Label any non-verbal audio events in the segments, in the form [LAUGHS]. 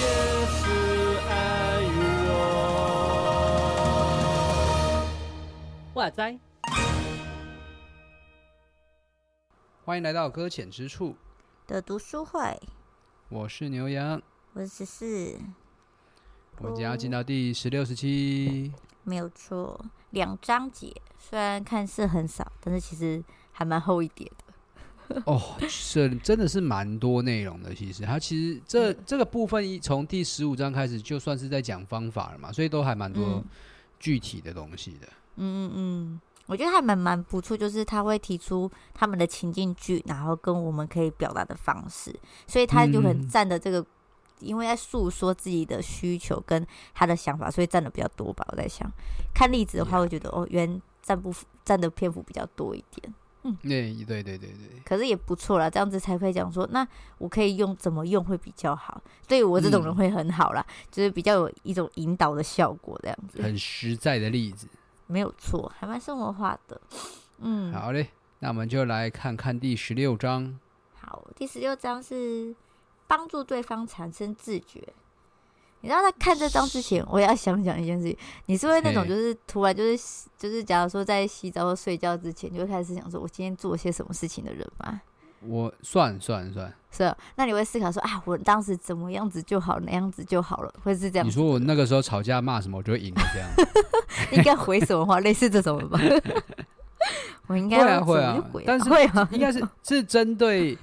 也是爱与我。哇塞！欢迎来到搁浅之处，的读书会，我是牛羊。我是十四，我们今天要进哦到第十六、十 [LAUGHS] 七，没有错，两章节，虽然看似很少，但是其实还蛮厚一点的。哦，这真的是蛮多内容的。其实它其实这嗯这个部分一从第十五章开始，就算是在讲方法了嘛，所以都还蛮多嗯具体的东西的。嗯嗯嗯，我觉得还蛮蛮不错，就是他会提出他们的情境剧，然后跟我们可以表达的方式，所以他就嗯很站的这个，因为在诉说自己的需求跟他的想法，所以占的比较多吧。我在想，看例子的话，会觉得哦，原占不占的篇幅比较多一点。那、哎对对对对，可是也不错啦，这样子才可以讲说，那我可以用怎么用会比较好，对我这种人嗯会很好啦，就是比较有一种引导的效果，这样子很实在的例子。没有错，还蛮生活化的。嗯，好嘞，那我们就来看看第十六章。好，第十六章是帮助对方产生自觉。你知道，在看这章之前，我也要想讲一件事情。你是会那种嘿就是突然就是就是，假如说在洗澡或睡觉之前，你就会开始想说，我今天做些什么事情的人吗？我算算算，是啊，那你会思考说啊，我当时怎么样子就好，那样子就好了，会是这样你子？说我那个时候吵架骂什么，我就会赢了这样。应该回什么话，类似这 [LAUGHS] 种的吧？我应该会啊要会啊怎么就回但是会啊， [LAUGHS] 应该是是针对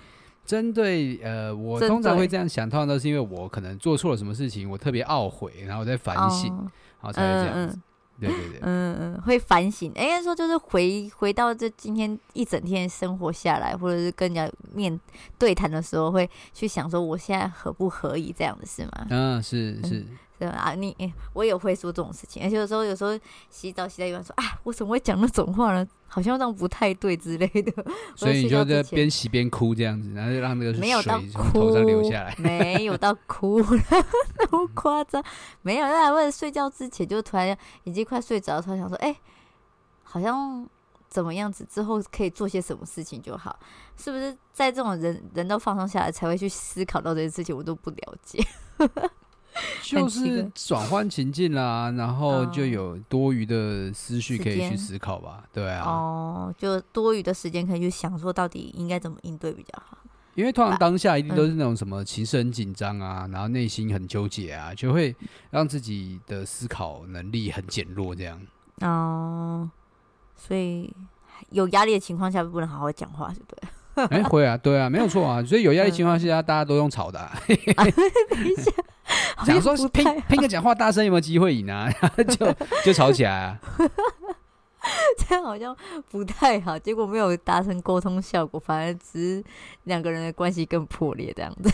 针对呃，我针通常会对这样想，通常都是因为我可能做错了什么事情，我特别懊悔，然后我在反省，哦然后才会嗯这样子。嗯对对对，嗯嗯，会反省。应该说就是回回到这今天一整天生活下来，或者是跟人家面对谈的时候，会去想说我现在合不合宜这样子是吗？嗯，是是，对啊，你、诶我也会说这种事情，而且有时候有时候洗澡洗到一半说啊，我怎么会讲那种话呢？好像这样不太对之类的。所以你睡就觉在之前边洗边哭这样子，然后就让那个没有到水从哭，。头上流下来 [LAUGHS] 没有到哭， [LAUGHS] 那么夸张，没有。那为了睡觉之前，就突然已经快睡着了，突然想说，哎、好像怎么样子，之后可以做些什么事情就好，是不是？在这种人人都放松下来，才会去思考到这些事情，我都不了解。就很奇是怪转换情境啦，然后就哦有多余的思绪时可以去间思考吧。对啊，哦，就多余的时间可以去想说，到底应该怎么应对比较好。因为通常吧当下一定都嗯是那种什么情绪很紧张啊，然后内心很纠结啊，就会让自己的思考能力很减弱这样。 [LAUGHS] 哦，所以有压力的情况下，不能好好讲话，对不对？哎、会啊，对啊，没有错啊。所以有压力情况嗯下，大家都用吵的、啊，好像 [LAUGHS] 讲说哦不啊拼太拼个讲话大声有没有机会赢啊？ [LAUGHS] 然后 [LAUGHS] 就就吵起来啊。这样好像不太好，结果没有达成沟通效果，反而只是两个人的关系更破裂这样子。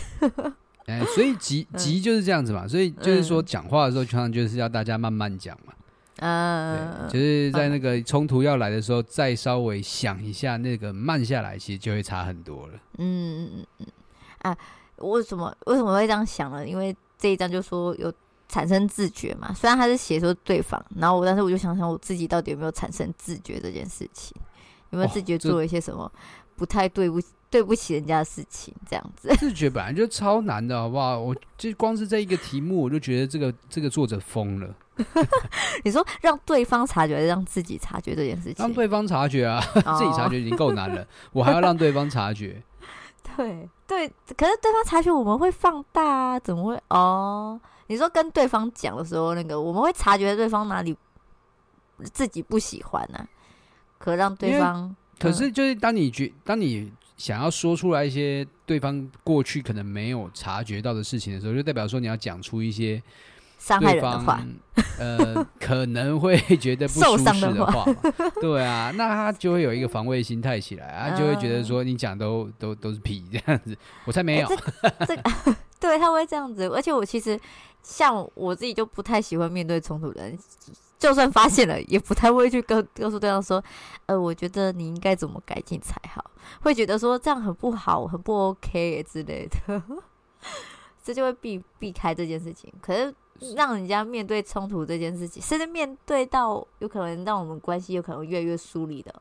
哎、所以急急就是这样子嘛。所以就是说嗯讲话的时候，常常就是要大家慢慢讲嘛。嗯对，，就是在那个冲突要来的时候，再稍微想一下，那个慢下来，其实就会差很多了。嗯嗯嗯嗯啊，为什么为什么会这样想呢？因为这一章就说有产生自觉嘛，虽然他是写说对方，然后我但是我就想想我自己到底有没有产生自觉这件事情，有没有哦自觉这做一些什么不太对不对不起人家的事情这样子。 [LAUGHS] 自觉本来就超难的，好不好？我就光是这一个题目，我就觉得这个这个作者疯了，你说让对方察觉，还是让自己察觉这件事情，让对方察觉啊，自己察哦觉已经够难了，我还要让对方察 [LAUGHS] 觉。对对，可是对方察觉我们会放大啊，怎么会？哦，你说跟对方讲的时候，那个我们会察觉对方哪里自己不喜欢呢、可让因对为方，可嗯是就是当你觉当你想要说出来一些对方过去可能没有察觉到的事情的时候，就代表说你要讲出一些伤害对人的话方，呃可能会觉得不受舒伤适的的话话嘛。对啊，那他就会有一个防卫心态起来，他就会觉得说你讲都都都是屁这样子，我才没嗯哎有。这个对他会这样子，而且我其实像我自己就不太喜欢面对冲突的人，就算发现了，也不太会去跟告诉对方说，呃，我觉得你应该怎么改进才好，会觉得说这样很不好， [LAUGHS] 很不 OK 之类的，这就会避避开这件事情。可是让人家面对冲突这件事情，甚至面对到有可能让我们关系有可能越来越疏离的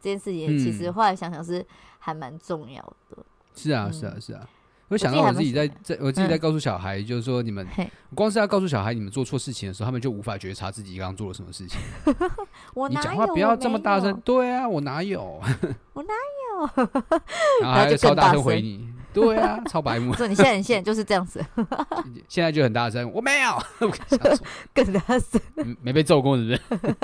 这件事情，其实嗯后来想想是还蛮重要的。是啊，是啊，是啊。我想嗯自到我己还自己在蛮在我自己在嗯告诉小孩，就是说你们嘿，光是要告诉小孩你们做错事情的时候，他们就无法觉察自己刚刚做了什么事情。我你哪讲有？话不要这么大我没有 [LAUGHS] 声，，对啊，我哪有？我哪有？然后然后还就超更大大声声回你，对啊，超白目 [LAUGHS] 我。说你现在你现在就是这样子，现在就很大声，我没有， [LAUGHS] 我跟你讲说更大声，嗯没被揍过是不是？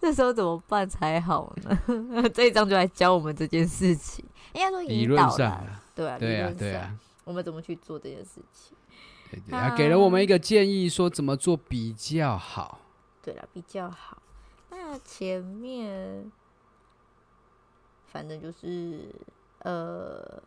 这时候怎么办才好呢？ [LAUGHS] 这一章就来教我们这件事情，应该说理引论导上啦，啊，对啊，对啊理，论对上啊，我们怎么去做这件事情？对对，他给了我们一个建议，说怎么做比较好。对了，比较好。那前面反正就是呃，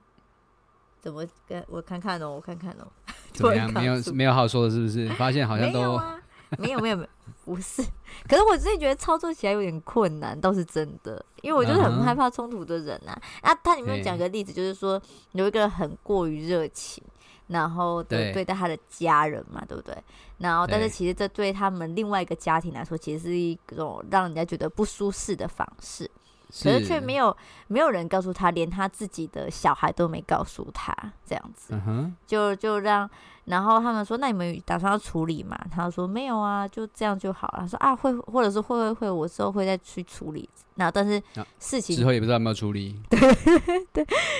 怎么跟我看看哦，我看看哦，怎么对样？抗没有住没有好说的，是不是？发现好像没有都啊，没有没有没有，不是。可是我自己觉得操作起来有点困难，倒是真的，因为我就是嗯很哼害怕冲突的人啊。啊，它里面讲个例子，就是说有一个人很过于热情，然后对对对待他的家人嘛，对不对？然后，但是对其实这对他们另外一个家庭来说，其实是一种让人家觉得不舒适的方式。可是却没有。有没有人告诉他，连他自己的小孩都没告诉他，这样子。嗯哼，就就让，然后他们说，那你们打算要处理吗？他说没有啊，就这样就好了。他说啊，会，或者是会会会，我之后会再去处理。那但是啊事情，之后也不知道有没有处理。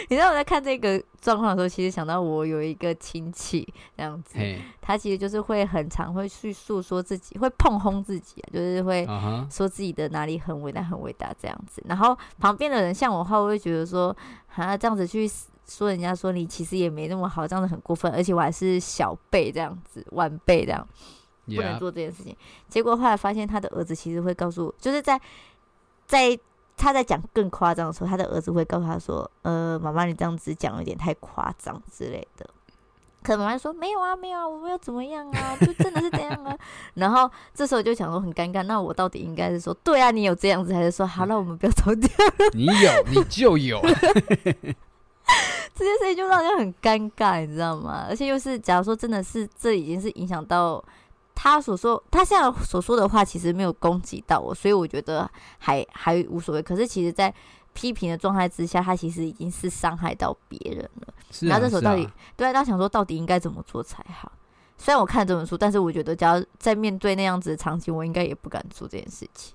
你知道我在看这个状况的时候，其实想到我有一个亲戚这样子，嘿，他其实就是会很常会去诉说自己，会碰轰自己、啊，就是会啊哈，说自己的哪里很伟大很伟大这样子。然后旁边的人像我的话，我会觉得说，啊，这样子去说人家说你其实也没那么好，这样子很过分，而且我还是小辈这样子，晚辈这样不能 Yeah，做这件事情。结果后来发现他的儿子其实会告诉，就是在在他在讲更夸张的时候，他的儿子会告诉他说，呃，妈妈你这样子讲有点太夸张之类的。可妈妈说没有啊，没有啊，我没有怎么样啊，就真的是这样啊。然后这时候就想说很尴尬，那我到底应该是说对啊，你有这样子，还是说好了，我们不要吵架？你有你就 [LAUGHS] 有，这件事情就让人很尴尬，你知道吗？而且又是，假如说真的是这已经是影响到他所说，他现在所说的话其实没有攻击到我，所以我觉得还还无所谓。可是其实，在批评的状态之下，他其实已经是伤害到别人了。是然啊后这时候是啊到底对啊，他想说到底应该怎么做才好？虽然我看了这本书，但是我觉得，只要在面对那样子的场景，我应该也不敢做这件事情。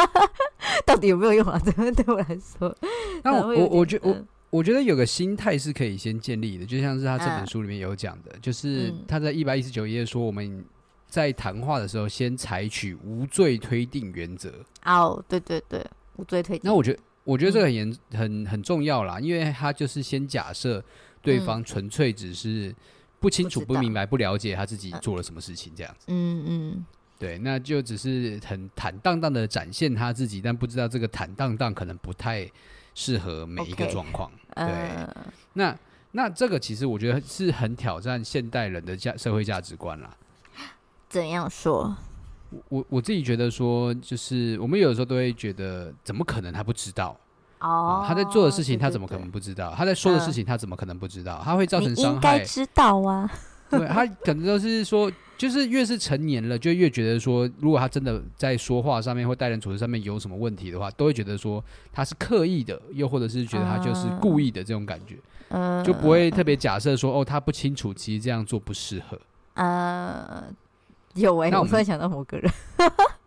[LAUGHS] 到底有没有用啊？这 [LAUGHS] 个对我来说，那可能我会有我我点觉我嗯我觉得有个心态是可以先建立的，就像是他这本嗯书里面有讲的，就是嗯他在一百一十九页说，我们在谈话的时候先采取无罪推定原则。哦，对对对，无罪推荐。那我觉得我觉得这个很严很很重要啦，因为他就是先假设对嗯方纯粹只是不清不楚、知不道明白、不了解他自己嗯做了什么事情这样子。嗯嗯，对，那就只是很坦荡荡的展现他自己，但不知道这个坦荡荡可能不太适合每一个 OK 状况。呃，那那这个其实我觉得是很挑战现代人的价社会价值观啦。怎样说？我我我自己觉得说，就是我们有时候都会觉得，怎么可能他不知道？哦啊，他在做的事情对他对怎么可对能不知道？他在说的事嗯情他怎么可能不知道？他会造成你伤应该害。知道啊。对他可能都是说，就是越是成年了，就越觉得说，如果他真的在说话上面或待人处事上面有什么问题的话，都会觉得说他是刻意的，又或者是觉得他就是啊故意的这种感觉，呃，就不会特别假设说哦他不清楚，其实这样做不适合。呃，有哎、那我我们突然想到某个人，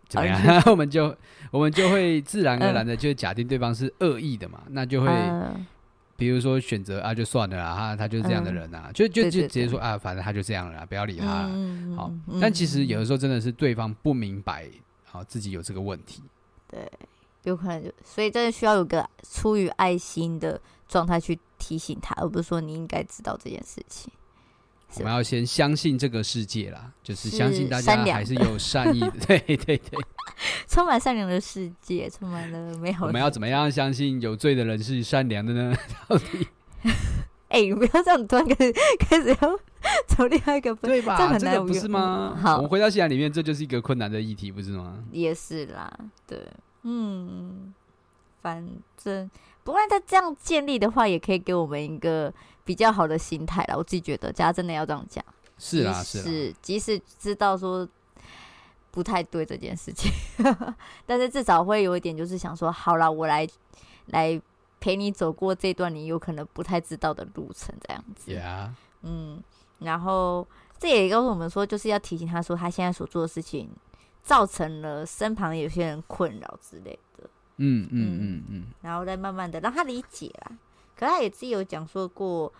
怎么哎样？ [LAUGHS] 我们就我们就会自然嗯而然的就假定对方是恶意的嘛，那就会呃比如说选择啊就算了啦，他他就是这样的人啊，就就就嗯对对直接对说啊，反正他就这样了啦，不要理他啦。嗯，好嗯，但其实有嗯的时候真的是对方不明白，好、自己有这个问题。有可能就，所以真的需要有个出于爱心的状态去提醒他，而不是说你应该知道这件事情。我们要先相信这个世界啦，就是是相信大家善良还是有善 [LAUGHS] 意的。对对对，充满善良的世界，充满了美好我的。们要怎么样相信有罪的人是善良的 [LAUGHS] 呢？到底哎、你不要这样突然开始开始要走另外一个分，对这吧？很这难个不我是吗？好我们回到信仰里面，这就是一个困难的议题，不是吗？也是啦，对，嗯，反正不过他这样建立的话，也可以给我们一个比较好的心态啦。我自己觉得，大家真的要这样讲，是啦是即啦，使即使知道说不太对这件事情， [LAUGHS] 但是至少会有一点就是想说，好啦，我来来陪你走过这段你有可能不太知道的路程，这样子。呀，嗯，然后这也告诉我们说，就是要提醒他说，他现在所做的事情造成了身旁有些人困扰之类的，嗯嗯嗯嗯嗯，然后再慢慢的让他理解啦。可他也自己有讲说过，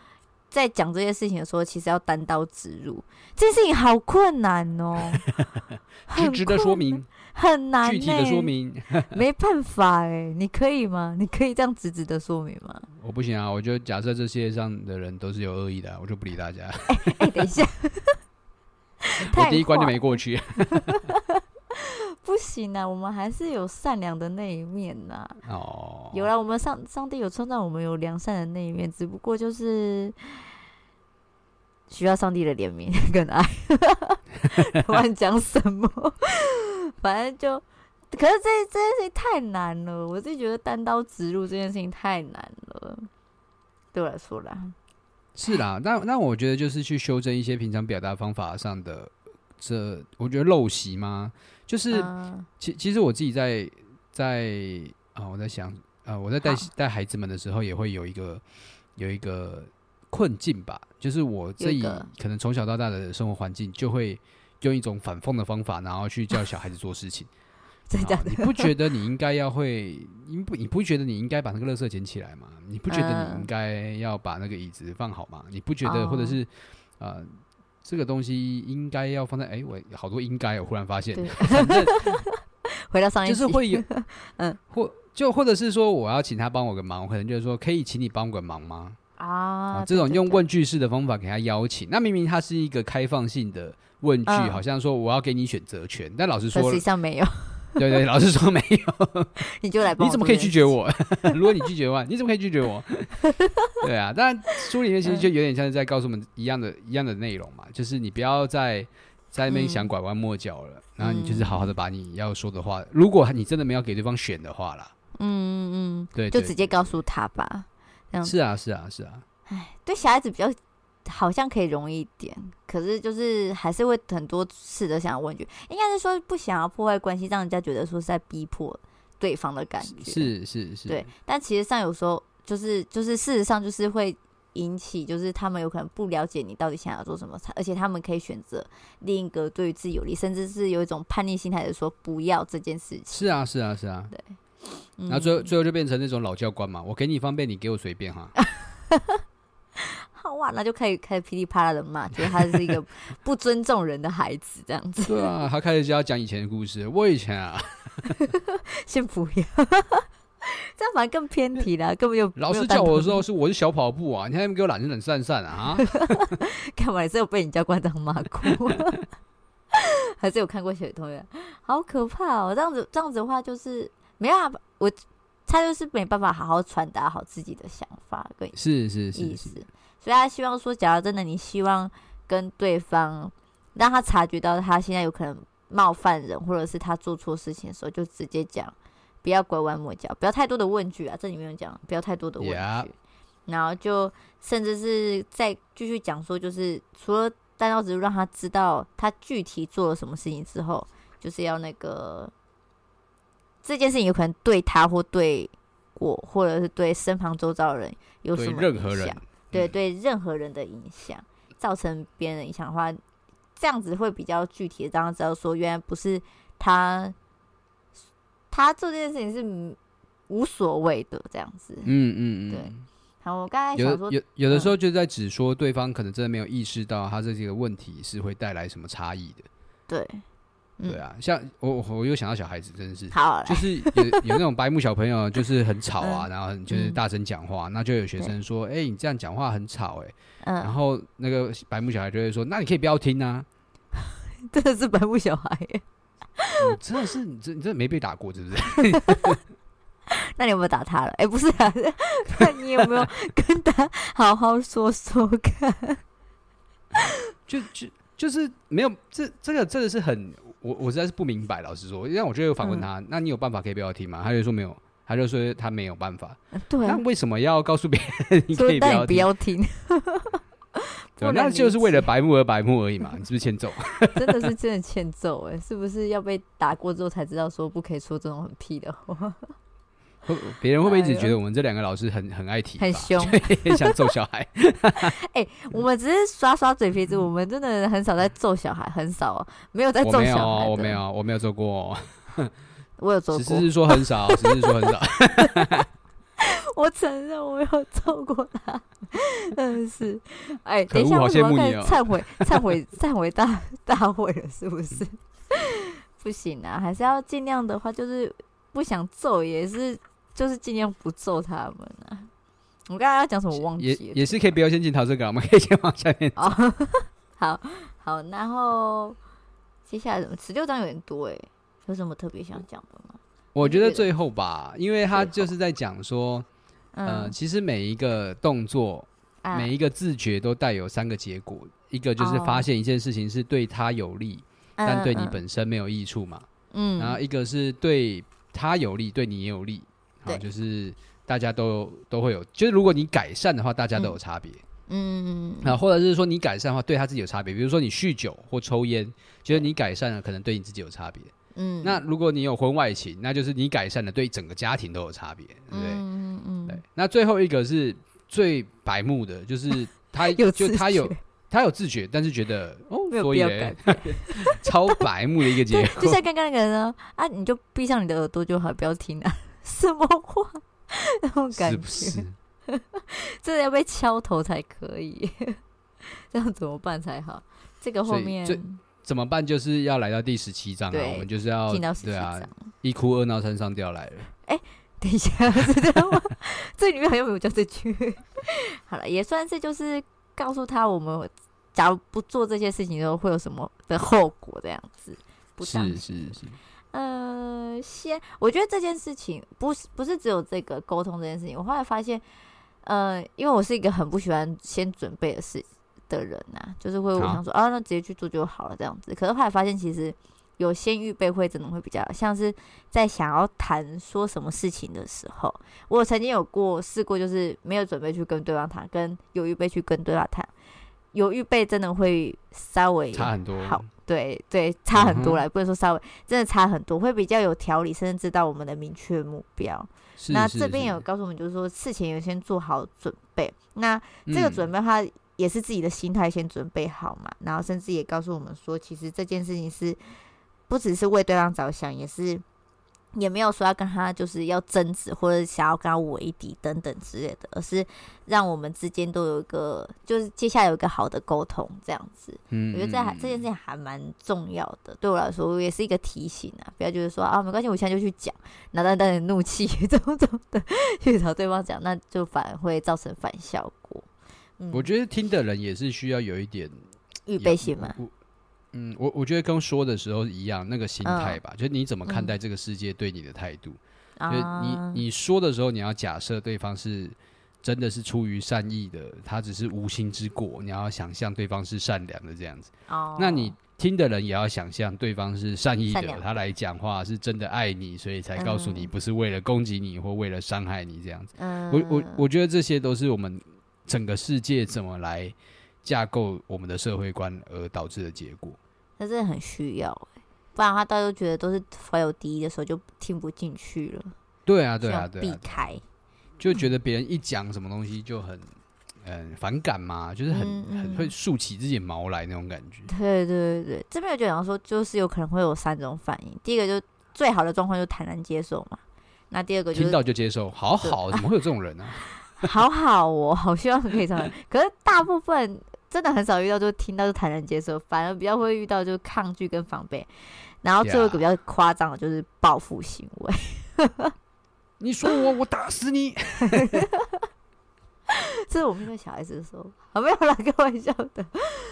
在讲这些事情的时候，其实要单刀直入，这件事情好困难 [LAUGHS] 哦，直很直的困说明，很难、欸，具体的说明，没办法哎、你可以吗？你可以这样直直的说明 [LAUGHS] 吗？ [LAUGHS] 我不行啊，我就假设这世界上的人都是有恶意的啊，我就不理大家，，哎、等一下太我第一关就坏没过去。 [LAUGHS] 不行啊，我们还是有善良的那一面呐、哦，有啦，我们上上帝有创造我们有良善的那一面，只不过就是需要上帝的怜悯跟爱。 [LAUGHS] 乱讲什么？反正就，可是这这件事情太难了，我自己觉得单刀直入这件事情太难了，对我来说啦。是啦，那那我觉得就是去修正一些平常表达方法上的这，我觉得陋习吗？就是、嗯其其实我自己在在啊、我在想啊、我在带好带孩子们的时候也会有一个有一个困境吧，就是我这有一一个可能从小到大的生活环境就会用一种反讽的方法，然后去叫小孩子做事情。真的啊， [LAUGHS] 你不觉得你应该要会？你不你不觉得你应该把那个垃圾捡起来吗？你不觉得嗯你应该要把那个椅子放好吗？你不觉得或者哦是呃，这个东西应该要放在哎，我好多应该哦，我忽然发现对，反正 [LAUGHS] 回到上一就集，是会有 [LAUGHS] 嗯或就或者是说我要请他帮我个忙，我可能就是说可以请你帮我个忙吗？啊，这对种对用对问句式的方法给他邀请，那明明它是一个开放性的问句，嗯好像说我要给你选择权，但老实可说实际，上没有， [LAUGHS] 对对，老实说没有。你就来 [LAUGHS] 帮你我怎么做可以这件拒绝我？如果你拒绝的话，你怎么可以拒绝我？ [LAUGHS] 对啊，当然书里面其实就有点像是在告诉我们一样的、一样的内容嘛，就是你不要再在那边想拐弯抹角了，然后你就是好好的把你要说的话，如果你真的没有给对方选的话啦，嗯嗯对嗯，就对直接对告诉他吧。这样子是啊，是啊，是啊，对小孩子比较好像可以容易一点，可是就是还是会很多次的想要问句，应该是说不想要破坏关系，让人家觉得说是在逼迫对方的感觉。，是是是，对，。但其实上有时候就是就是事实上就是会引起，就是他们有可能不了解你到底想要做什么，他而且他们可以选择另一个对于自己有利，甚至是有一种叛逆心态的说不要这件事情。是啊，是啊，是啊，嗯然后最后最后就变成那种老教官嘛，我给你方便，你给我随便哈， [LAUGHS] 好哇，那就开始开始噼里啪啦的骂，觉得他是一 [LAUGHS] 个不尊重人的孩子这样子。对啊，他开始就要讲以前的故事，我以前 [LAUGHS] 啊，先不要， [LAUGHS] 这样反而更偏题 [LAUGHS] 啦，根本就老没有师单叫我的独时候是我是小跑步啊，你还没给我懒是懒散散啊，啊 [LAUGHS] 干嘛？你是有被你教官这样骂过？ [LAUGHS] 还是有看过写同学？好可怕哦！这样子这样子的话，就是没办法，我他就是没办法好好传达好自己的想法跟是是意是是思，，所以他希望说，假如真的你希望跟对方让他察觉到他现在有可能冒犯人，或者是他做错事情的时候，就直接讲，不要拐弯抹角，不要太多的问句啊，这里面有讲，不要太多的问句 Yeah 然后就甚至是再继续讲说，就是除了单刀直入让他知道他具体做了什么事情之后，就是要那个这件事情有可能对他或对我，或者是对身旁周遭的人有对什么任何影人响，对嗯对任何人的影响，造成别人的影响的话，这样子会比较具体的让他知道说，原来不是他他做这件事情是嗯无所谓的这样子。嗯嗯嗯，对好，我刚才想有说的，有有的嗯时候就在指说对方可能真的没有意识到他这几个问题是会带来什么差异的，对，嗯对啊，像我我我又想到小孩子真的是。好就来，是有有那种白目小朋友，就是很吵啊，然后很就是嗯大声讲话，那就有学生说：“哎、你这样讲话很吵。”哎，然嗯，后那个白目小孩就会说：“那你可以不要听 [LAUGHS] 啊，真的是白目小孩耶。 [LAUGHS] 你真的是你真你真的没被打过，是不是？”那你有没有打他了？哎、不是啊， [LAUGHS] 那你有没有跟他好好说说看？就就就是没有这这个真的是很我我实在是不明白，老实说，因为我就有反嗯问他，那你有办法可以不要听吗？他就说没有，他就说他没有办法。对那啊，为什么要告诉别人你所可以以不但要你不听？要听，对吧不能那理就是为了解白目而白目而已嘛，你是不是欠揍？ [LAUGHS] 真的是真的欠揍哎，是不是要被打过之后才知道说不可以说这种很屁的话， [LAUGHS] 会别人会不会一哎直呦觉得我们这两个老师很很爱体罚，很凶？ [LAUGHS] 很想揍小孩？我们只是耍耍嘴皮子，我们真的很少在揍小孩，很少哦，没 [LAUGHS] 有在我揍没有小孩哦，的我没，有，我没有做过哦，我有揍只过，是说很少，只是说很少。我承认我有揍过他，真的是，哎，可恶等一下，好为什么羡慕要开你始哦 [LAUGHS] 忏悔、忏悔、忏悔大大会了？是不是？ [LAUGHS] 不行啊，还是要尽量的话，就是不想揍，也是就是尽量不揍他们啊。我刚才要讲什么， [LAUGHS] 我忘记也了。也是可以不要先进陶这个，我们可以先往下面。哦，好好，然后接下来怎么？十六章有点多哎，有什么特别想讲的吗？我觉得对的最后吧，因为他最后就是在讲说，呃，嗯，其实每一个动作，啊每一个自觉都带有三个结果，一个就是哦嗯发现一件事情是对他有利，但对你，本身没有益处嘛。嗯嗯，然后一个是对他有利，对你也有利，好，对就是大家都有都会有，就是如果你改善的话，大家都有差别。嗯，嗯啊，或者是说你改善的话，对他自己有差别。比如说你酗酒或抽烟，觉得你改善了，可能对你自己有差别。嗯，那如果你有婚外情，那就是你改善了，对整个家庭都有差别，对不对？嗯嗯对嗯，。那最后一个是最白目的，就是他 [LAUGHS] 有就自他有觉他有自觉，但是觉得哦，没有所必以要嘞改超白目的一个结对，果。就像刚刚那个人啊，啊，你就闭上你的耳朵就好，不要听啊，什么话 [LAUGHS] 那种感是觉不，是？真的要被敲头才可以，这样怎么办才好？这个后所以面最怎么办？就是要来到第十七章啊，对我们就是要进到十七对章，啊，一哭二闹三上吊来了。 [LAUGHS] 等一下，是这样吗？ [LAUGHS] 这里面好像没有教这句。 [LAUGHS] 好了，也算是就是告诉他，我们假如不做这些事情的时候，会有什么的后果，这样子。不当是是是，呃，先我觉得这件事情不是不是只有这个沟通这件事情，我后来发现，呃，因为我是一个很不喜欢先准备的事的人呐、就是会我好想说啊，那直接去做就好了这样子。可是后来发现，其实有先预备会真的会比较像是在想要谈说什么事情的时候，我曾经有过试过，就是没有准备去跟对方谈，跟有预备去跟对方谈，有预备真的会稍微差很多。好，对对，差很多嗯哼啦，不能说稍微，真的差很多，会比较有条理，甚至知道我们的明确目标。是那是这边是有告诉我们，就是说事情有先做好准备。那这这个准备的话，也是自己的心态先准备好嘛，然后甚至也告诉我们说，其实这件事情是不只是为对方着想，也是也没有说要跟他就是要争执或者想要跟他为敌等等之类的，而是让我们之间都有一个就是接下来有一个好的沟通这样子。嗯我觉得这还这件事情还蛮重要的，对我来说也是一个提醒啊，不要就是说啊没关系，我现在就去讲，那但但怒气 [LAUGHS] 怎么怎么的去找对方讲，那就反而会造成反效果。嗯，我觉得听的人也是需要有一点预备心嘛，我嗯，我我觉得跟说的时候一样，那个心态嗯吧，就是你怎么看待这个世界对你的态度。就是啊，你你说的时候，你要假设对方是真的是出于善意的，他只是无心之过，你要想象对方是善良的这样子。哦那你听的人也要想象对方是善意善的，良他来讲话是真的爱你，所以才告诉你，嗯不是为了攻击你或为了伤害你这样子。嗯，我我我觉得这些都是我们整个世界怎么来架构我们的社会观而导致的结果。那真的很需要欸、不然的话大家都觉得都是怀有敌意的时候就听不进去了，对啊，对想啊，对避啊，开，就觉得别人一讲什么东西就很嗯反感嘛，就是很、嗯嗯很会竖起自己的毛来那种感觉。对对对对，这边有讲到说，就是有可能会有三种反应，第一个就最好的状况就坦然接受嘛，那第二个就听是到就接受，好好，怎么会有这种人呢、啊？ [LAUGHS] 好好哦，好希望可以常 [LAUGHS] 来。可是大部分真的很少遇到，就听到就坦然接受，反而比较会遇到就抗拒跟防备。然后最后一个 Yeah 比较夸张的就是报复行为， [LAUGHS] 你说我，我打死你！ [LAUGHS] 这是我们那个小孩子的时候，啊没有啦，开玩笑的。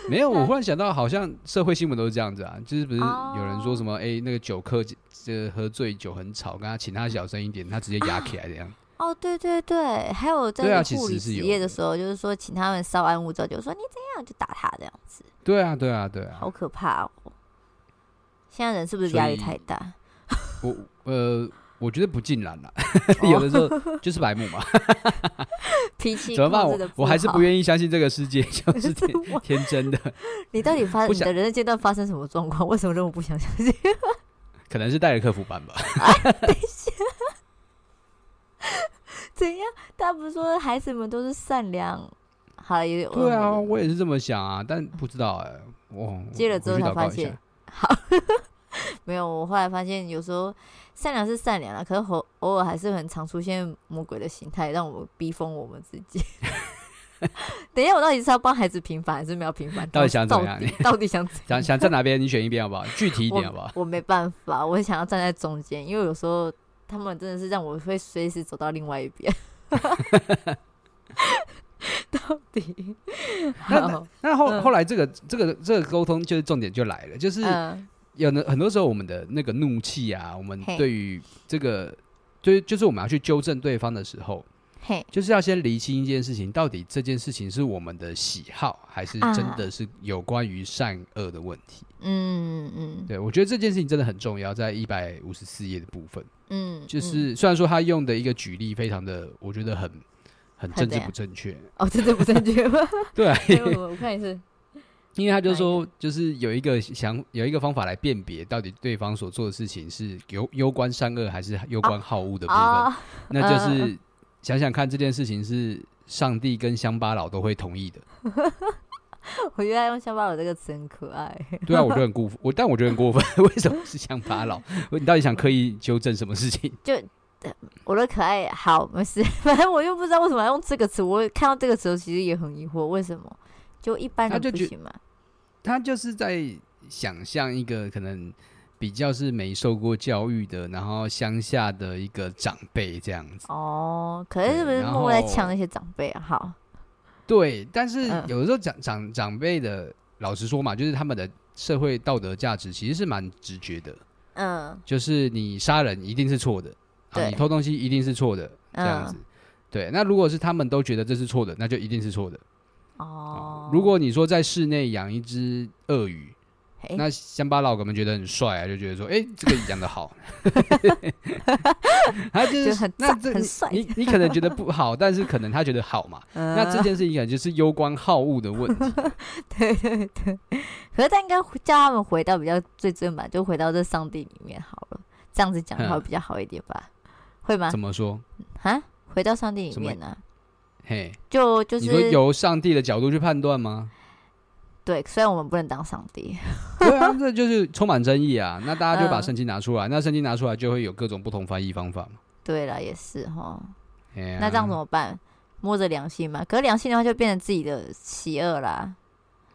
没有，我忽然想到，好像社会新闻都是这样子啊，就是不是哦有人说什么，哎、那个酒客这喝醉酒很吵，跟他请他小声一点，他直接压起来这样。哦，对对对，还有对啊在其护实理是职有业的的时候，就是说请他们稍安勿躁，就说你怎样就打他这样子，对啊，对啊，对啊。好可怕哦。现在人是不是所压力以太大？我呃，我觉得不尽然啦，哦 [LAUGHS] 有的时候就是白目 [LAUGHS] 嘛，脾气怎么办？控制的我我还是不意。 [LAUGHS] 愿意相信这个世界就是天我天真的，你到底发不你的想人生阶段发生什么状况？为什么这么不想相信？ [LAUGHS] 可能是带着客服班吧。怎样？他不是说孩子们都是善良？好了，有点对啊，我我也是这么想啊，但不知道哎、我接了之后才发，我回去祷告一现下没有。我后来发现，有时候善良是善良了，啊可是偶偶尔还是很常出现魔鬼的形态，让我们逼疯我们自 [LAUGHS] 己。 [LAUGHS] 等一下，我到底是要帮孩子平反，还是没有平反？到底想怎么哦到样底到底想怎 [LAUGHS] 想想站哪边，你选一边 [LAUGHS] 好不好？具体一点好不好？我没办法，我想要站在中间，因为有时候他们真的是让我会随时走到另外一边。 [LAUGHS] 到底？ [LAUGHS] 那好那后、嗯后来这个这个这个沟通就是重点就来了，就是嗯有的很多时候我们的那个怒气啊，我们嘿对于这个就是就是我们要去纠正对方的时候，嘿，就是要先厘清一件事情，到底这件事情是我们的喜好，还是啊真的是有关于善恶的问题？嗯嗯对我觉得这件事情真的很重要，在一百五十四页的部分，嗯，就是虽然说他用的一个举例非常的，我觉得很很很政怎治样不正确， [LAUGHS] 哦，真的不正 [LAUGHS] 确吗？对啊、哎我我看一次，因为他就哪说，就是有一个想有一个方法来辨别到底对方所做的事情是有攸关善恶还是攸关好恶的部分，哦，嗯那就是想想看这件事情是上帝跟乡巴佬都会同 [LAUGHS] 意的。我觉得他用乡巴佬这个词很可爱。对啊，我觉得很过分，我但我觉得很过分， [LAUGHS] 为什么是乡巴佬？你到底想刻意纠正什么事情？就呃我的可爱好没事，反正我又不知道为什么要用这个词。我看到这个词，其实也很疑惑，为什么？就一般他人就不觉行嘛？他就是在想象一个可能比较是没受过教育的，然后乡下的一个长辈这样子。哦，可是对是不是然默默在后呛那些长辈啊？好，对，但是嗯有的时候长长长辈的，老实说嘛，就是他们的社会道德价值其实是蛮直觉的，嗯就是你杀人一定是错的，啊，对你偷东西一定是错的，这样子。嗯，对，那如果是他们都觉得这是错的，那就一定是错的。哦，如果你说在室内养一只鳄鱼，嘿那乡巴佬可能觉得很帅啊，就觉得说，哎、这个养的 [LAUGHS] 好，他就就是很那赞这很帅你你可能觉得不好，但是可能他觉得好嘛， [LAUGHS] 那这嗯件事情可能就是攸关好恶的问题。对对对，可是他应该回叫他们回到比较最正版，就回到这上帝里面好了，这样子讲的话嗯比较好一点吧？会吗怎？么说？啊，回到上帝里什么面呢、啊？嘿，就就你说是由上帝的角度去判断 [LAUGHS] 吗？对，虽然我们不能当上帝，对啊，这就是充满争议啊。那大家就把嗯圣经拿出来，那圣经拿出来就会有各种不同翻译方法嘛。对了，也是哈。哎呀那这样怎么办？摸着良心嘛，可是良心的话就变成自己的邪恶啦。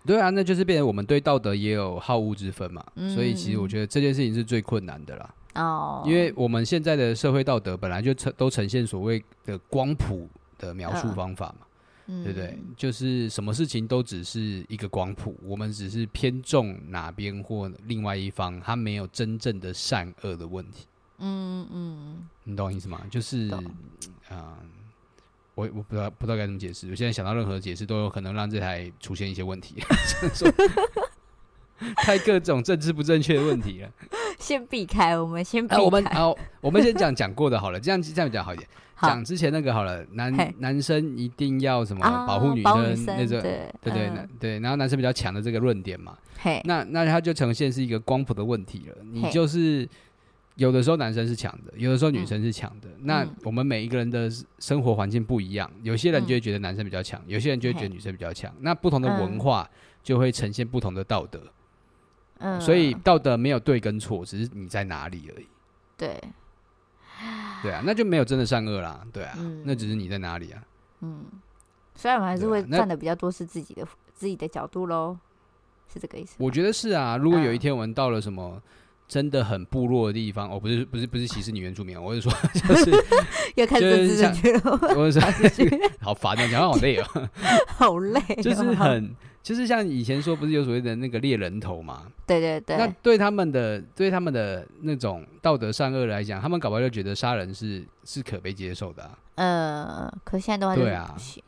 对啊，那就是变成我们对道德也有好恶之分嘛。嗯所以其实我觉得这件事情是最困难的啦，哦，因为我们现在的社会道德本来就呈都呈现所谓的光谱的描述嗯方法嘛，对对不对？就是什么事情都只是一个光谱，我们只是偏重哪边或另外一方，它没有真正的善恶的问题，嗯嗯，你懂我意思吗？就是懂啊、我我不知道不知道该怎么解释，我现在想到任何解释都有可能让这台出现一些问题， [LAUGHS] 所以说太各种政治不正确的问题了。先避开，呃我们先避啊，开。我们啊，我们先讲讲过的好了，这样这样比较好一点。好讲之前那个好了，男嘿男生一定要什么啊，保护女保护生那种，对对对嗯那对，然后男生比较强的这个论点嘛，嘿，那那它就呈现是一个光谱的问题了。你嘿就是有的时候男生是强的，有的时候女嗯生是强的。那嗯我们每一个人的生活环境不一样，有些人嗯就会觉得男生比较强，有些人就会觉得嘿女生比较强。那不同的文嗯化就会呈现不同的道德，嗯，所以道德没有对跟错，只是你在哪里而已。对，对啊，那就没有真的善恶啦。对啊，嗯那只是你在哪里啊？嗯，虽然我们还是对啊会那站的比较多是自己的自己的角度喽，是这个意思吗？我觉得是啊。如果有一嗯天我们到了什么真的很部落的地方，哦，不是不是不是歧视女原住民哦，我是说 [LAUGHS] 就是又开始就是政治正像确了，我是说 [LAUGHS] 好烦啊，讲话好累 [LAUGHS] 哦，好累哦，就是很就是像以前说不是有所谓的那个猎人头嘛？ [LAUGHS] 对对对，那对他们的对他们的那种道德善恶来讲，他们搞不好就觉得杀人是是可被接受的、啊。呃，可现在的话就是对啊不行，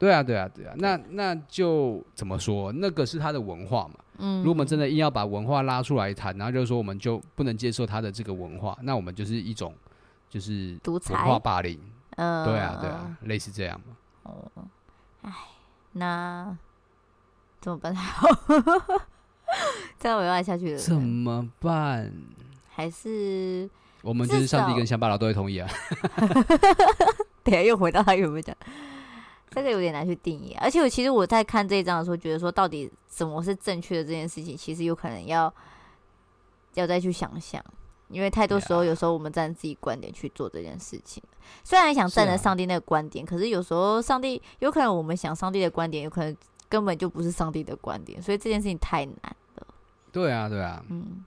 对啊，对啊，对啊，那那就怎么说？那个是他的文化嘛。嗯，如果我们真的硬要把文化拉出来谈，然后就是说我们就不能接受他的这个文化，那我们就是一种就是独文裁化，霸凌，嗯，对啊对啊，类似这样嘛。哦，哎，那怎么办？ [LAUGHS] 这样我又爱下去了，怎么办？还是我们就是上帝至少跟乡巴佬都会同意啊。 [LAUGHS] [LAUGHS] 等一下又回到他原本讲，这个有点难去定义啊、而且我其实我在看这一章的时候，觉得说到底怎么是正确的这件事情，其实有可能要要再去想想，因为太多时候 Yeah 有时候我们站自己观点去做这件事情，虽然想站是在啊上帝那个观点，可是有时候上帝有可能我们想上帝的观点，有可能根本就不是上帝的观点，所以这件事情太难了。对啊对啊，嗯，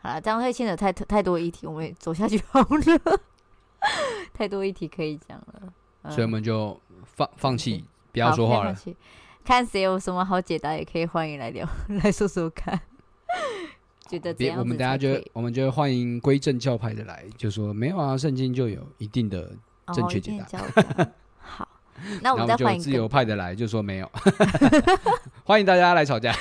好了，这样会牵扯太太多议题，我们也走下去好了， [LAUGHS] 太多议题可以讲了。嗯所以我们就放放弃，不不要说话了。。看谁有什么好解答，也可以欢迎来聊， [LAUGHS] 来说说看。 [LAUGHS] 觉得这别，样我们子等下才就可以我们就欢迎归正教派的来，就说没有啊，圣经就有一定的，哦正确一解定答教我 [LAUGHS] 答好，那然后我们我再们就欢有迎自更由派的来，就说 [LAUGHS] 没有。欢迎大家来吵架。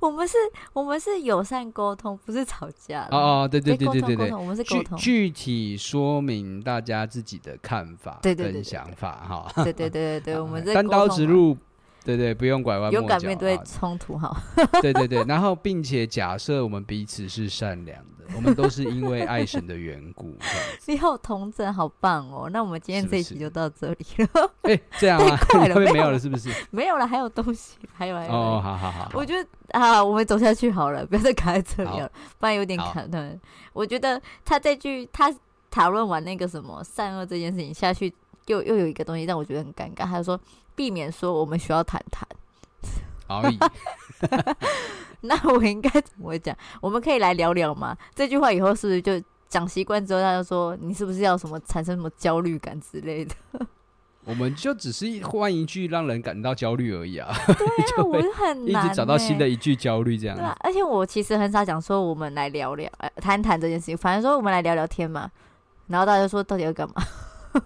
我们是，我们是友善沟通，不是吵架。哦哦，对对诶，对沟对通对沟对。通，我们是沟具通。具体说明大家自己的看法对对对对跟对想法哈。对对对对对，我们 [LAUGHS] 是单沟刀通直嘛，入，对对，不用拐弯抹角。勇敢面对啊冲突哈。对对对，然后并且假设我们彼此是善良的，我们都是因为爱神的缘故。这样子 [LAUGHS] 你好童真，好棒哦！那我们今天是不这一是集就到这里了， [LAUGHS] 哎，这样啊，太快了后面没没有有了了是不是？没有了，还有东西，还有还有。还有哦，好好好，我觉得啊，我们走下去好了，不要再卡在这里了，不然有点好卡顿。我觉得他这句他讨论完那个什么善恶这件事情下去，又又有一个东西让我觉得很尴尬。他就说避免说我们需要谈谈， [LAUGHS] 好而已。那我应该怎么讲？我们可以来聊聊吗？这句话以后是不是就讲习惯之后，他就说你是不是要什么产生什么焦虑感之类的？我们就只是换一句让人感到焦虑而已啊，对啊， [LAUGHS] 就 [LAUGHS] 我会就很一难、欸、直找到新的一句焦虑这样对。啊，而且我其实很少讲说我们来聊聊、呃、谈谈这件事情，反正说我们来聊聊天嘛。然后大家就说到底要干嘛？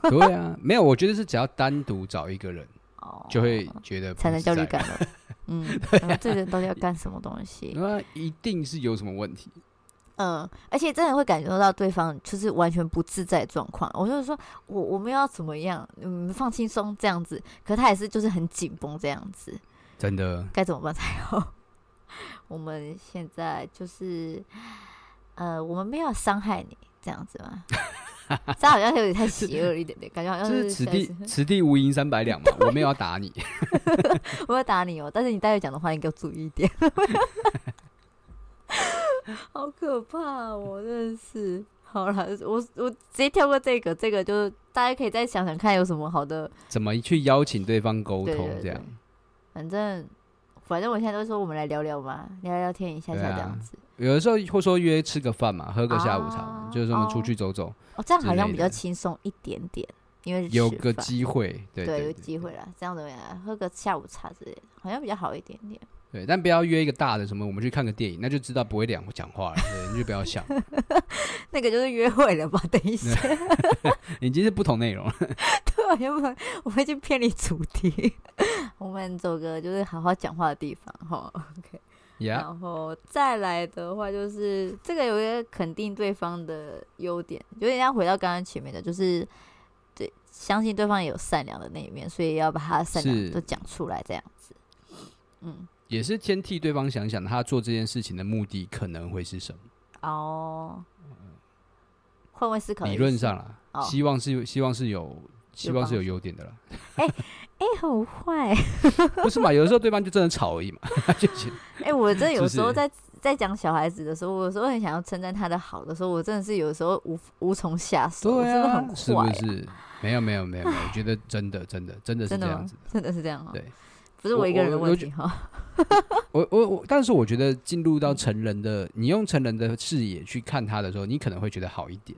[LAUGHS] 对啊，没有，我觉得是只要单独找一个人，哦，就会觉得产生焦虑不自在。啊嗯感了。嗯， [LAUGHS] 然后这人到底要干什么东西？那一定是有什么问题，嗯，而且真的会感受到对方就是完全不自在的状况。我就是说我我们要怎么样？嗯，放轻松这样子，可他也是就是很紧绷这样子。真的。该怎么办才好？ [LAUGHS] 我们现在就是，呃，我们没有伤害你这样子 [LAUGHS] 吗？这好像有点太邪恶了一点点，感觉好像就是此是地此地无银三百 [LAUGHS] 两嘛，我没有要打你，我要打你哦，但是你待会讲的话，你给我注意一点。 [LAUGHS] 好可怕哦，真的是。好了，我我直接跳过这个，这个就是大家可以再想想看有什么好的，怎么去邀请对方沟对通对这对样？反正反正我现在都说我们来聊聊嘛，聊聊天一下下对啊这样子。有的时候会说约吃个饭嘛，喝个下午茶，啊就是我们出哦去走走，哦，这样之好像类比较的轻松一点点，因为是有吃个饭机会，对对对有机会啦，这样怎么样？喝个下午茶之类的，好像比较好一点 [LAUGHS] 点。对，但不要约一个大的什么，我们去看个电影，那就知道不会两讲话了， [LAUGHS] 对，你就不要想，那个就是约会了吧？等 [LAUGHS] 一下， [LAUGHS] 已经是不同内容了。对，好像不然我们已经偏离主题。 [LAUGHS] 我们走个就是好好讲话的地方哈。OK，、呀，然后再来的话就是这个有一个肯定对方的优点，有点像回到刚刚前面的，就是对相信对方也有善良的那一面，所以要把他的善良是都讲出来，这样子。嗯，也是先替对方想想，他做这件事情的目的可能会是什么？哦，换位思考嗯的理意论思上，啦，哦希望是希望是有希望是有帮优点的啦，哎、很坏， [LAUGHS] [LAUGHS] 不是嘛？有的时候对方就真的吵而已嘛， [LAUGHS] 就觉得哎、我真的是有不时候是在在讲小孩子的时候，我有时候很想要称赞他的好的时候，我真的是有时候无无从下手，我对真的啊很，是坏不啊、是？没有没有没有没有，我觉得真的真的真的是真这的样吗子的。？ [LAUGHS] 真的是这样吗？哦对，不是我我一个人的我我问觉题哈。 [LAUGHS] 我我我，但是我觉得进入到成人的，你用成人的视野去看他的时候，你可能会觉得好一点。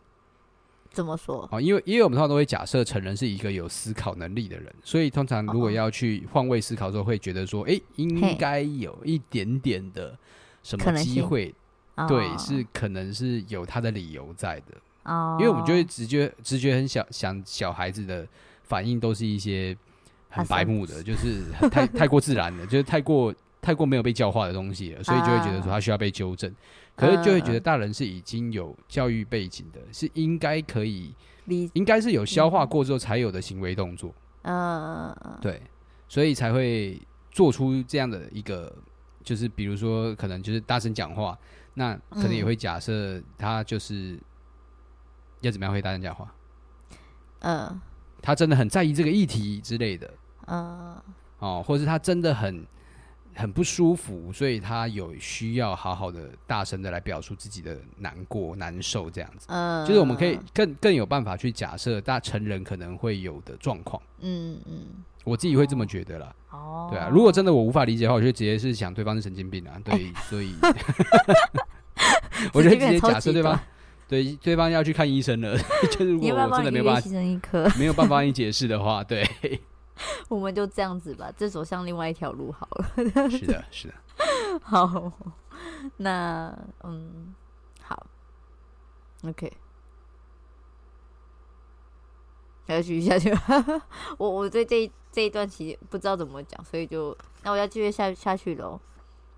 怎么说？哦，因为因为我们通常都会假设成人是一个有思考能力的人，所以通常如哦果要去换位思考的时候，会觉得说，诶，嘿应该有一点点的什可么能机性会，哦对，是可能是有他的理由在的，哦，因为我们就会直觉直觉很小想小孩子的反应都是一些啊很白目的，就是很太太过自然的，就是太过太过没有被教化的东西了，所以就会觉得说他需要被纠正。可是就会觉得啊嗯大人是已经有教育背景的，是应该可以，理应该是有消化过之后才有的行为动作，嗯嗯对，所以才会做出这样的一个，就是比如说可能就是大声讲话，那可能也嗯会假设他就是要怎么样会大声讲话，嗯他真的很在意这个议题之类的嗯哦，或是他真的很很不舒服，所以他有需要好好的大声的来表述自己的难过、难受这样子。嗯，就是我们可以更更有办法去假设大成人可能会有的状况，嗯嗯我自己会这么觉得啦。哦，对啊，如果真的我无法理解的话，我就直接是想对方是神经病啊。 [LAUGHS] 对，所以我就直接假设对方，对对方要去看医生了。 [LAUGHS] 就是如果你要不要我帮真的没有你预约办法牺牲一颗？ [LAUGHS] 没有办法帮你解释的话， [LAUGHS] 对，我们就这样子吧，这走向另外一条路好了。是的，是的。好，那嗯，好，OK，还要继续下去吗。 [LAUGHS] 我我对这一这一段其实不知道怎么讲，所以就那我要继续下下去喽。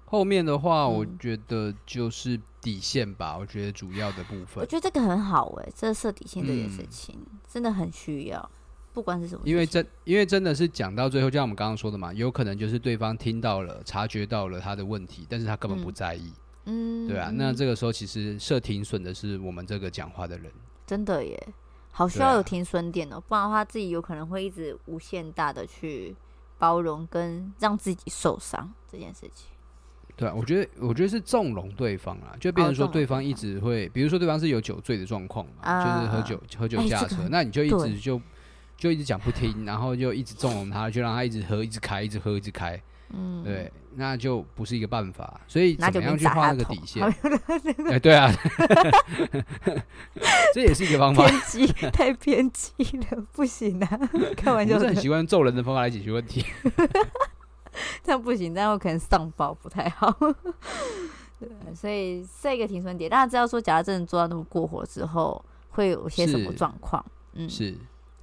后面的话，我嗯觉得就是底线吧，我觉得主要的部我分，觉得这个很好哎、这设底线这件事嗯情、真的很需要，不管是什么事情，因为真因为真的是讲到最后，就像我们刚刚说的嘛，有可能就是对方听到了、察觉到了他的问题，但是他根本不嗯在意，嗯，对啊。那这个时候其实设停损的是我们这个讲话的人，真的耶，好需对啊要有停损点哦、不然的话自己有可能会一直无限大的去包容跟让自己受伤这件事情。对啊。我觉得我觉得是纵容对方啦，就变成说哦纵容对方对一方直会，比如说对方是有酒醉的状况嘛，啊就是喝酒喝哎酒这驾个车，很那你就一对直就就一直讲不听，然后就一直纵容他，就让他一直喝，一直开，一直喝，一直开。嗯，对，那就不是一个办法。所以拿怎酒么瓶样去砸画他那个头底 [LAUGHS] 线？哎，对啊， [LAUGHS] 这也是一个方法。偏激，太偏激了，不行啊！ [LAUGHS] 开我玩们笑哎是很的，习惯揍人的方法来解决问题。这样不行，这样我可能上报不太好。 [LAUGHS] 对，啊所以设一个停损点，大家知道说，假如真的做到那么过火之后，会有些什么是状况？嗯，是，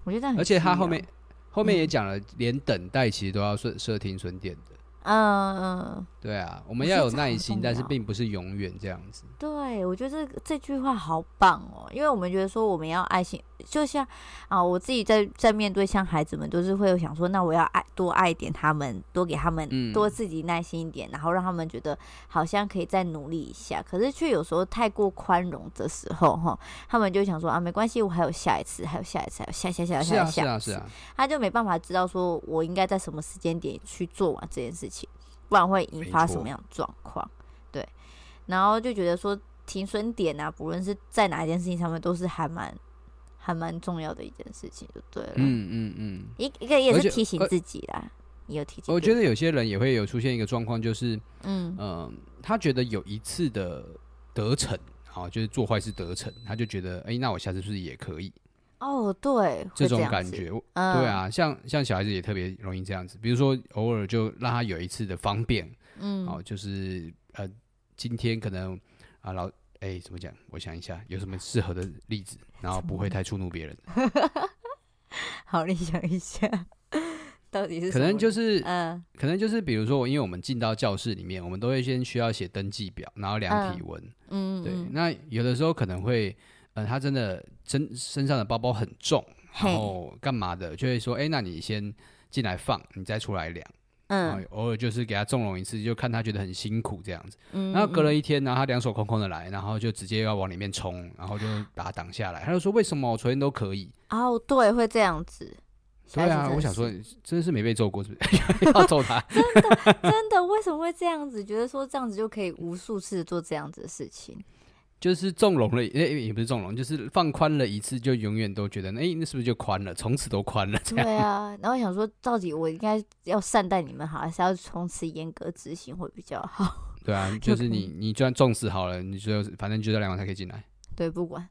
我觉得很需要，而且他后面后面也嗯讲了，连等待其实都要设设停损点的。嗯，嗯，对啊，我我们觉要得有这好耐心重，但是要并不是永远这样子。对，我觉得这这句话好棒哦，因为我们觉得说我们要爱心，就像啊，我自己在在面对像孩子们，都是会有想说，那我要爱多爱一点他们，多给他们、嗯多自己耐心一点，然后让他们觉得好像可以再努力一下。可是却有时候太过宽容的时候，哈，他们就想说啊，没关系，我还有下一次，还有下一次，还有下下下是下啊，下是啊，下是次，啊，他就没办法知道说我应该在什么时间点去做完这件事情，不然会引发没错什么样的状况。对，然后就觉得说停损点啊，不论是在哪一件事情上面，都是还蛮还蛮重要的一件事情，就对了。嗯嗯嗯。一一个也而是且提醒呃自己啦，也有提醒。我觉，得有些人也会有出现一个状况，就是嗯嗯，他觉得有一次的得逞，好、就是做坏事得逞，他就觉得，哎、那我下次是不是也可以？哦，对，会这种样感子，觉，我嗯，对，啊，像像小孩子也特别容易这样子，比如说偶尔就让他有一次的方便，嗯，哦，就是呃，今天可能啊老哎、怎么讲？我想一下有什么适合的例子，然后不会太触怒别人，好，你想一下，到底是，可能就是是嗯可能就是比如说我，因为我们进到教室里面，我们都会先需要写登记表，然后量体温，嗯，对，嗯那有的时候可能会，呃，他真的身身上的包包很重，然嘿后干嘛的，就会说，哎、那你先进来放，你再出来量。然后嗯偶尔就是给他纵容一次，就看他觉得很辛苦这样子。嗯，然后隔了一，一天，然后他两手空空的来，然后就直接要往里面冲，然后就把他挡下来。他就说：“为什么我昨天都可以哦，对，会这样子。？”对小孩啊子，真我的想是说，真的是没被揍过，是不是？ [LAUGHS] 要揍他？真的为什么会这样子？觉得说这样子就可以无数次做这样子的事情？就是纵容了，诶、也不是纵容，就是放宽了一次，就永远都觉得，哎、那是不是就宽了？从此都宽了 [LAUGHS] 这样。对啊，然后想说，到底我应该要善待你们好，还是要从此严格执行会比较好？ [LAUGHS] 对啊，就就是可以 [LAUGHS] 你，你就算重视好了，你就反正就在两晚才可以进来。对，不管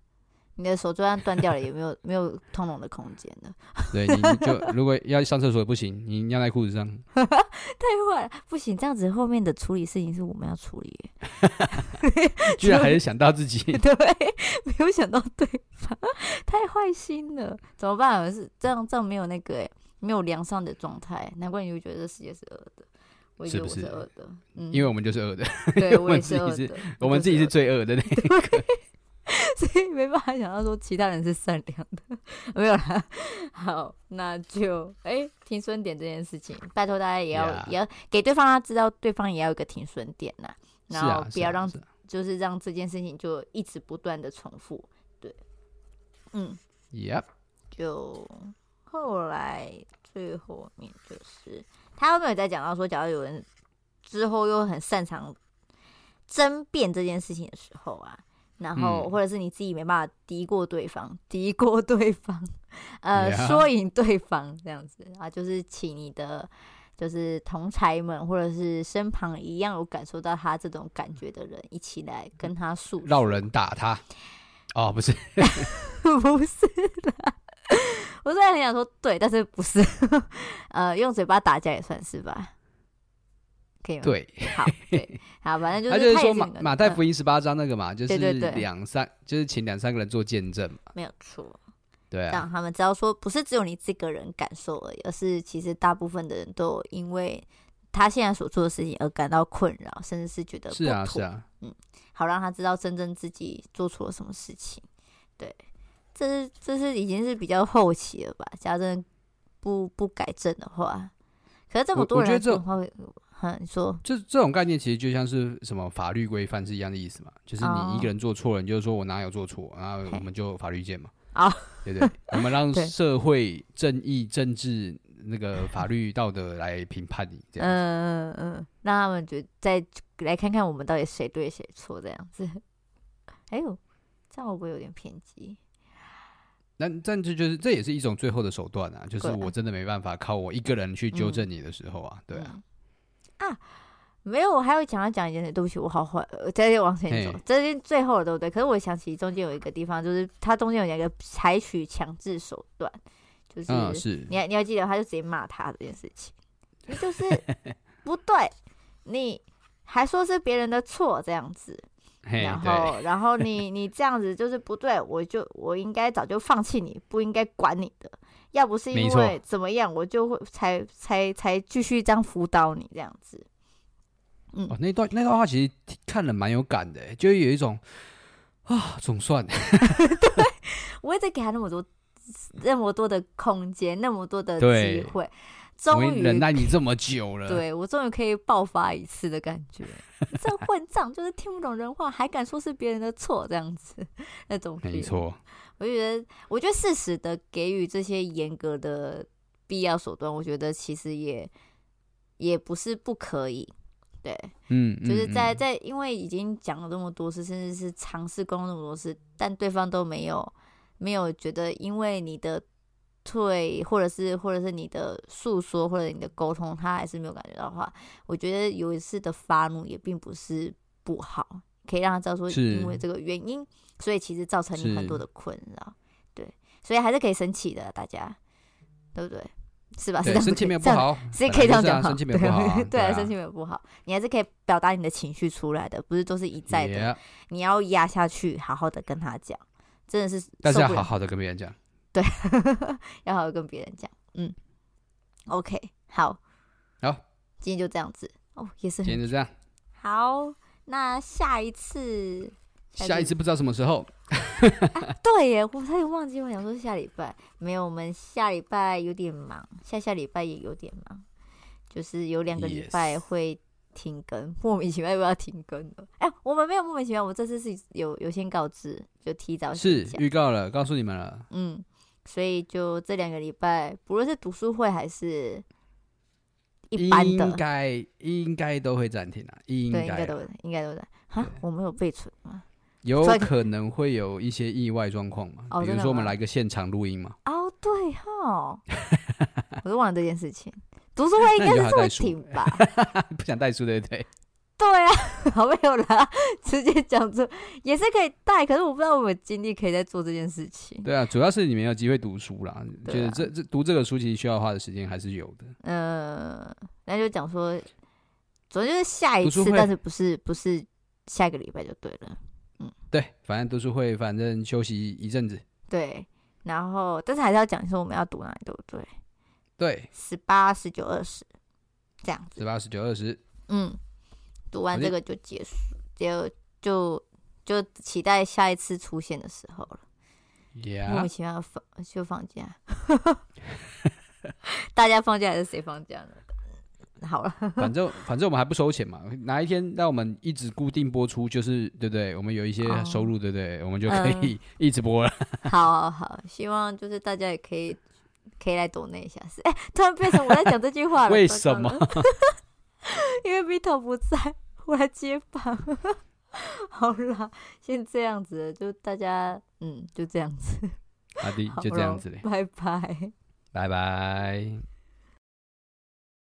你的手就算断掉了，也没有没有通融的空间的，对，你你就如果要上厕所也不行，你尿在裤子上。 [LAUGHS] 太坏了，不行，这样子后面的处理事情是我们要处理 [LAUGHS] 耶。居然还是想到自己， [LAUGHS] 对，没有想到对方 [LAUGHS] 太坏心了，怎么办？是这样，这样没有那个哎，没有良善的状态，难怪你会觉得这世界是恶的。我也觉得是不是我是恶的，嗯， [LAUGHS] 因为我们就是恶的，对我我们也是恶自己的， [LAUGHS] 我们自己是最恶的那一个。所以没办法想到说其他人是善良的， [LAUGHS] 没有啦。 [LAUGHS] 好，那就哎、停损点这件事情，拜托大家也要 Yeah 也要给对方他知道，对方也要有一个停损点呐、是然后啊，不要让、是啊就是让这件事情就一直不断的重复，对，嗯，是啊 Yep，就后来最后面就是他后面有在讲到说，假如有人之后又很擅长争辩这件事情的时候啊，然后、嗯或者是你自己没办法敌过对方，敌过对方，呃 Yeah 说赢对方这样子啊，就是请你的。就是同才们，或者是身旁一样有感受到他这种感觉的人，一起来跟他诉绕说人打他。哦，不是， [LAUGHS] 不是啦，我虽然很想说对，但是不是， [LAUGHS] 呃，用嘴巴打架也算是吧，可以吗？，对，好，对，好，反正就他是就是他也说是马很马太嗯福音十八章那个嘛，就对是对对两三，就是请两三个人做见证嘛，呃没有错，对啊，让他们知道说不是只有你这个人感受而已，而是其实大部分的人都有因为他现在所做的事情而感到困扰，甚至是觉得是不啊，妥是啊，好让他知道真正自己做出了什么事情。对，这是这是已经是比较后期了吧？假如真的不不改正的话，可是这么我多我觉人得这的话会，哼、你说这这种概念其实就像是什么法律规范是一样的意思嘛，就是哦你一个人做错了，你就是说我哪有做错，然后嘿我们就法律见嘛，哦对 [LAUGHS] 不对？我们让对社会正义、政治那个法律道德来评判你，这样子嗯嗯嗯，让他们觉再来看看我们到底谁对谁错这样子。 [LAUGHS] 哎呦，这样会不会有点偏激？那但这就是这也是一种最后的手段啊，就是对啊我真的没办法靠我一个人去纠正你的时候啊，对啊，嗯啊，没有，我还有想要讲一件事，对不起，我好坏，呃再往前走嘿，这边最后了，对不对？可是我想起中间有一个地方，就是它中间有一个采取强制手段，就是、嗯是，你还你要记得，他就直接骂他这件事情，你就是 [LAUGHS] 不对，你还说是别人的错这样子，嘿然对，后然后你你这样子就是不对，我就我应该早就放弃你，不应该管你的。要不是没因错为怎么样，我就会才才才继续这样辅导你这样子。哦那段那段话其实看了蛮有感的，就有一种啊总算我一直给他那么多那么多的空间，那么多的对机会，我终于忍耐你这么久了，对我终于可以爆发一次的感觉。这混账就是听不懂人话，还敢说是别人的错，这样子那种。没。错，我就觉得，我觉得适时的给予这些严格的必要手段，我觉得其实也也不是不可以。对，嗯，就是嗯在嗯在，因为已经讲了那么多次，甚至是尝试沟通那么多次，但对方都没有没有觉得因为你的退，或者是或者是你的诉说，或者你的沟通，他还是没有感觉到的话，我觉得有一次的发怒也并不是不好，可以让他知道说是因为这个原因，所以其实造成你很是多的困扰，对，所以还是可以生气的，大家对不对？是吧？是这对样子生气可以没有不这样好，是本可以来这样就是讲啊哈，生气没有不好啊，对啊，生气没有不好，你还是可以表达你的情绪出来的，不是都是一再的 Yeah，你要压下去，好好的跟他讲，真的是但是受要不好了，嗯好的跟别人讲，要好好地跟别人讲，嗯，OK，好，好，今天就这样子，哦，也是今天很就这样，好，那下一次， [LAUGHS] 下下一次不知道什么时候，对耶，我差点忘记，我想说下礼拜没有，我们下礼拜有点忙，下下礼拜也有点忙，就是有两个礼 Yes 拜会停更莫名其妙又要停更了。哎、我们没有莫名其妙，我这次是有有先告知，就提早是讲，预告了，告诉你们了，嗯，所以就这两个礼拜，不论是读书会还是一般的应，该应该都会暂停啊，应对，应该该啊都有应该都在。哈对，我们有备存吗？有所以可能会有一些意外状况嘛哦，比真如的说我们吗来个现场录音嘛， [LAUGHS] 哦，对哈，我都忘了这件事情。读书会应那该你就是还这么在数挺吧？不想带书对不对？ [LAUGHS] 对啊， [LAUGHS] 好没有啦，直接讲出也是可以带，可是我不知道我有没有精力可以再做这件事情。对啊，主要是你没有机会读书啦，就对是啊这这读这个书其实需要花的时间还是有的，嗯、那就讲说，总之就是下一读书次，会但是不是不是下个礼拜就对了。对，反正读书会反正休息一阵子，对，然后但是还是要讲说我们要读哪里，对不对？对，十八、十九、二十，这样十子。八、十九、二十，嗯，读好完的这个就结束，就就就期待下一次出现的时候了。莫呀名，其妙放就放假， [LAUGHS] 大家放假还是谁放假呢？好了， [LAUGHS] 反正反正我们还不收钱嘛，哪一天让我们一直固定播出，就是对不对？我们有一些哦嗯收入，对不对？我们就可以 [LAUGHS] 一直播了。好好好，希望就是大家也可以可以来抖那一下。是哎、突然变成我在讲这句话了，为糟糕什么了？ [LAUGHS] 因为 Vito 不在，我来接棒。 [LAUGHS] 好啦，先这样子了，就大家嗯，就这样子，阿弟好就这样咯子嘞，拜拜。拜拜。